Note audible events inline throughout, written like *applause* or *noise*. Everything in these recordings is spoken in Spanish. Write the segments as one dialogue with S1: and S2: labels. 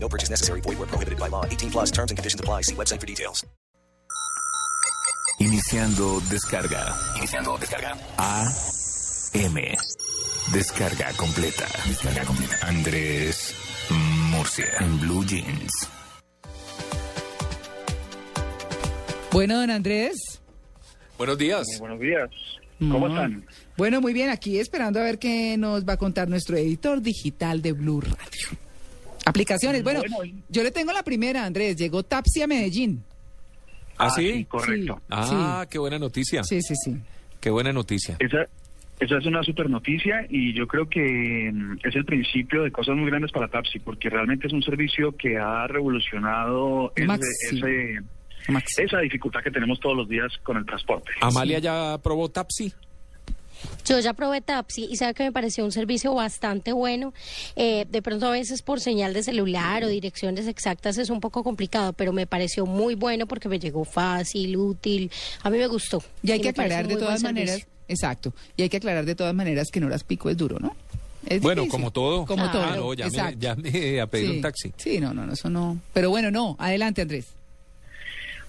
S1: No purchase necessary. Void where prohibited by law. 18 plus terms and conditions apply. See website for details.
S2: Iniciando descarga. Iniciando descarga. A. M. Descarga completa. Descarga completa. Andrés Murcia. En Blue Jeans.
S3: Bueno, don Andrés.
S4: Buenos días.
S5: Buenos días. ¿Cómo
S3: Mm.
S5: están?
S3: Bueno, muy bien, aquí esperando a ver qué nos va a contar nuestro editor digital de Blue Radio. Aplicaciones. Bueno,
S5: Bueno,
S3: yo le tengo la primera, Andrés. Llegó Tapsi a Medellín.
S4: ¿Ah, sí?
S5: correcto.
S4: Ah, qué buena noticia.
S3: Sí, sí, sí.
S4: Qué buena noticia.
S5: Esa, esa es una super noticia y yo creo que mm, es el principio de cosas muy grandes para Tapsi, porque realmente es un servicio que ha revolucionado ese-
S3: Máximo.
S5: ese-
S3: Max.
S5: esa dificultad que tenemos todos los días con el transporte.
S4: Amalia ya probó Tapsi.
S6: Yo ya probé Tapsi y sabe que me pareció un servicio bastante bueno. Eh, de pronto a veces por señal de celular o direcciones exactas es un poco complicado, pero me pareció muy bueno porque me llegó fácil, útil. A mí me gustó.
S3: Y hay
S6: Sí,
S3: que
S6: me parece
S3: aclarar de
S6: muy
S3: todas
S6: buen servicio.
S3: maneras. Exacto. Y hay que aclarar de todas maneras que en horas pico es duro, ¿no? Es
S4: Bueno,
S3: difícil.
S4: como todo.
S3: Como
S4: Ah,
S3: todo.
S4: no, ya me,
S3: Exacto.
S4: ya me a pedir un taxi.
S3: Sí, no, no, no, eso no. Pero bueno, no. Adelante, Andrés.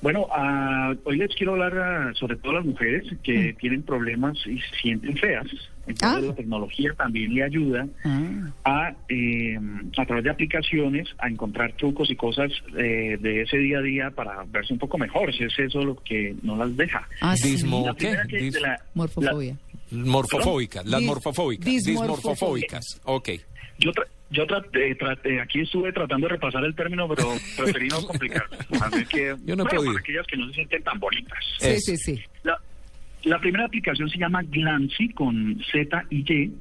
S5: Bueno, ah, hoy les quiero hablar ah, sobre todo a las mujeres
S4: Mm.
S5: que tienen problemas y se sienten feas. Entonces
S3: Ah.
S5: la tecnología también le ayuda
S3: Ah,
S5: a, eh, a través de aplicaciones a encontrar trucos y cosas eh, de ese día a día para verse un poco mejor, si es eso lo que no las deja.
S3: ah, sí.
S4: Dismo-
S5: La
S4: ¿Qué?
S5: primera que es de
S4: Dis-
S5: la-
S3: Morfofobia.
S4: Morfofóbicas, las
S3: Dis-
S4: morfofóbicas.
S3: dismorfofóbicas.
S4: Dismorfofóbicas. Ok.
S5: la- yo tra- yo tra- eh, traté- aquí estuve tratando de repasar el término, pero preferí
S4: *laughs*
S5: no complicarlo. Así que,
S4: Yo no
S5: bueno,
S4: he podido.
S5: para aquellas que no se sienten tan bonitas.
S3: Sí,
S4: Es-
S3: sí, sí.
S5: La, la primera aplicación se llama Glancy con Z y Y.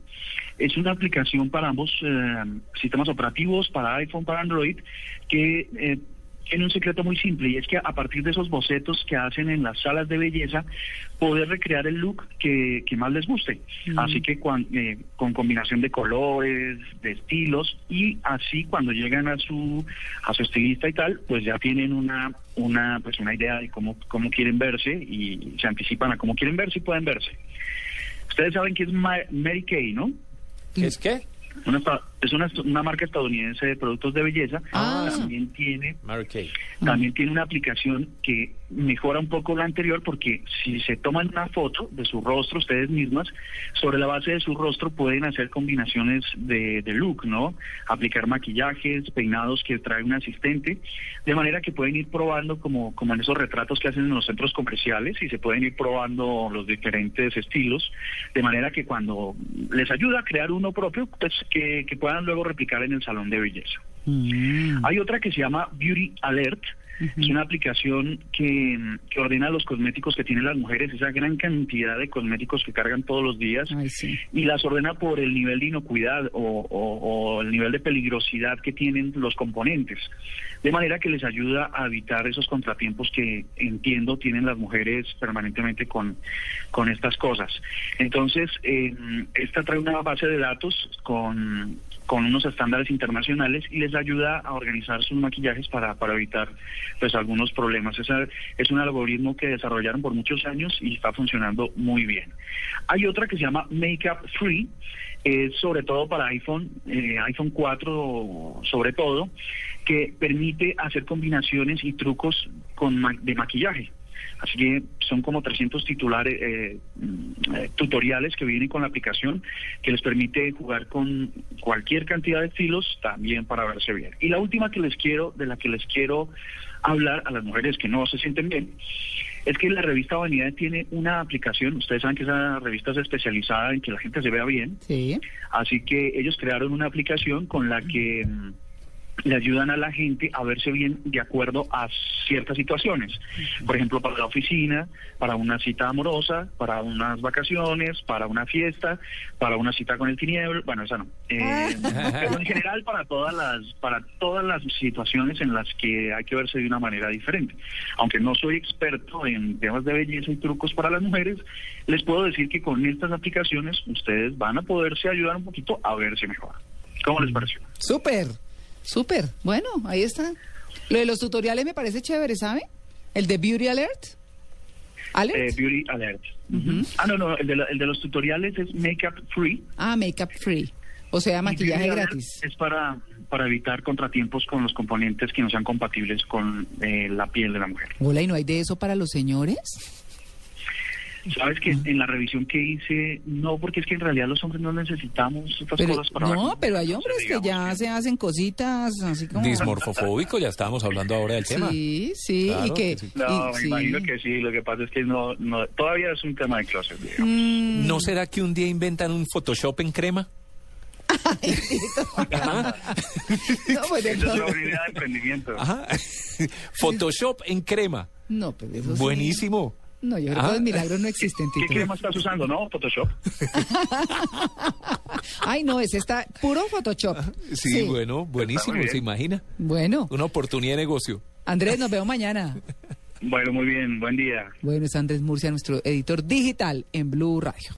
S5: Es una aplicación para ambos eh, sistemas operativos, para iPhone, para Android, que eh, tiene un secreto muy simple y es que a partir de esos bocetos que hacen en las salas de belleza, poder recrear el look que, que más les guste. Así que cuan- eh, con combinación de colores, de estilos y así cuando llegan a su a su estilista y tal, pues ya tienen una una pues una idea de cómo cómo quieren verse y se anticipan a cómo quieren verse y pueden verse. Ustedes saben que es Ma- Mary Kay, ¿no?
S3: Mm.
S4: ¿Es qué?
S5: Una esta- es una, una marca estadounidense de productos de belleza.
S3: Ah.
S5: También tiene
S4: Mary Kay.
S5: también tiene una aplicación que mejora un poco la anterior porque si se toman una foto de su rostro ustedes mismas, sobre la base de su rostro pueden hacer combinaciones de, de look, ¿no? Aplicar maquillajes, peinados que trae un asistente, de manera que pueden ir probando como, como en esos retratos que hacen en los centros comerciales y se pueden ir probando los diferentes estilos, de manera que cuando les ayuda a crear uno propio, pues que, que puedan luego replicar en el salón de belleza.
S3: Mm.
S5: Hay otra que se llama Beauty Alert. Es una aplicación que, mm, que ordena los cosméticos que tienen las mujeres, esa gran cantidad de cosméticos que cargan todos los días,
S3: Ay, sí.
S5: y las ordena por el nivel de inocuidad o, o- o el nivel de peligrosidad que tienen los componentes. De manera que les ayuda a evitar esos contratiempos que entiendo tienen las mujeres permanentemente con, con estas cosas. Entonces, eh, esta trae una base de datos con, con unos estándares internacionales y les ayuda a organizar sus maquillajes para, para evitar pues algunos problemas. Esa- es un algoritmo que desarrollaron por muchos años y está funcionando muy bien. Hay otra que se llama Makeup Free, es sobre todo para iPhone, eh, iPhone 4 sobre todo, que permite hacer combinaciones y trucos con ma- de maquillaje. Así que son como 300 titulares, eh, mm, eh, tutoriales que vienen con la aplicación que les permite jugar con cualquier cantidad de estilos también para verse bien. Y la última que les quiero, de la que les quiero hablar a las mujeres que no se sienten bien, es que la revista Vanidad tiene una aplicación, ustedes saben que esa revista es especializada en que la gente se vea bien,
S3: Sí.
S5: Así que ellos crearon una aplicación con la que mm, le ayudan a la gente a verse bien de acuerdo a ciertas situaciones. Por ejemplo, para la oficina, para una cita amorosa, para unas vacaciones, para una fiesta, para una cita con el tinieblo, bueno, esa no. Eh, pero en general para todas las para todas las situaciones en las que hay que verse de una manera diferente. Aunque no soy experto en temas de belleza y trucos para las mujeres, les puedo decir que con estas aplicaciones ustedes van a poderse ayudar un poquito a verse mejor. ¿Cómo les pareció?
S3: Súper, súper. Bueno, ahí está. Lo de los tutoriales me parece chévere, ¿sabe? El de Beauty Alert. Alert.
S5: Eh, Beauty Alert. Ah, no, no, el de, la- el de los tutoriales es Makeup Free.
S3: ah, Makeup Free. O sea, maquillaje
S5: Y Beauty Alert
S3: gratis.
S5: Es para, para evitar contratiempos con los componentes que no sean compatibles con eh, la piel de la mujer.
S3: Hola, ¿y no hay de eso para los señores?
S5: Sabes que en la revisión que hice, no, porque es que en realidad los hombres no necesitamos
S3: Pero-
S5: estas Pues cosas para...
S3: no,
S5: vernos.
S3: pero hay hombres
S5: Entonces,
S3: que ya
S5: digamos
S3: se hacen cositas así como...
S4: Dismorfofóbico, ya estábamos hablando ahora del tema.
S3: Sí, sí,
S4: Claro
S3: y que...
S4: que sí.
S5: No,
S3: y-
S5: me
S3: sí.
S5: imagino que sí, lo que pasa es que no, no todavía es un tema de closet, digamos.
S3: Mm.
S4: ¿No será que un día inventan un Photoshop en crema? Ajá,
S3: *laughs* No, pues, de-
S5: Esa es la unidad
S3: *laughs*
S5: de emprendimiento.
S3: Ah,
S4: ajá. Photoshop en crema.
S3: no, pero eso sí.
S4: Buenísimo.
S3: No, yo creo
S4: Ah.
S3: que los milagros no existen,
S5: *laughs* ¿Qué
S3: Tito.
S5: crema estás usando, no? Photoshop.
S3: Ay, no, ese está puro Photoshop.
S4: Ah, Sí, bueno, buenísimo,
S5: muy bien.
S4: ¿se imagina?
S3: Bueno,
S4: Una oportunidad de negocio.
S3: Andrés, nos vemos mañana.
S5: Bueno, muy bien, buen día.
S3: Bueno, es Andrés Murcia, nuestro editor digital en Blue Radio.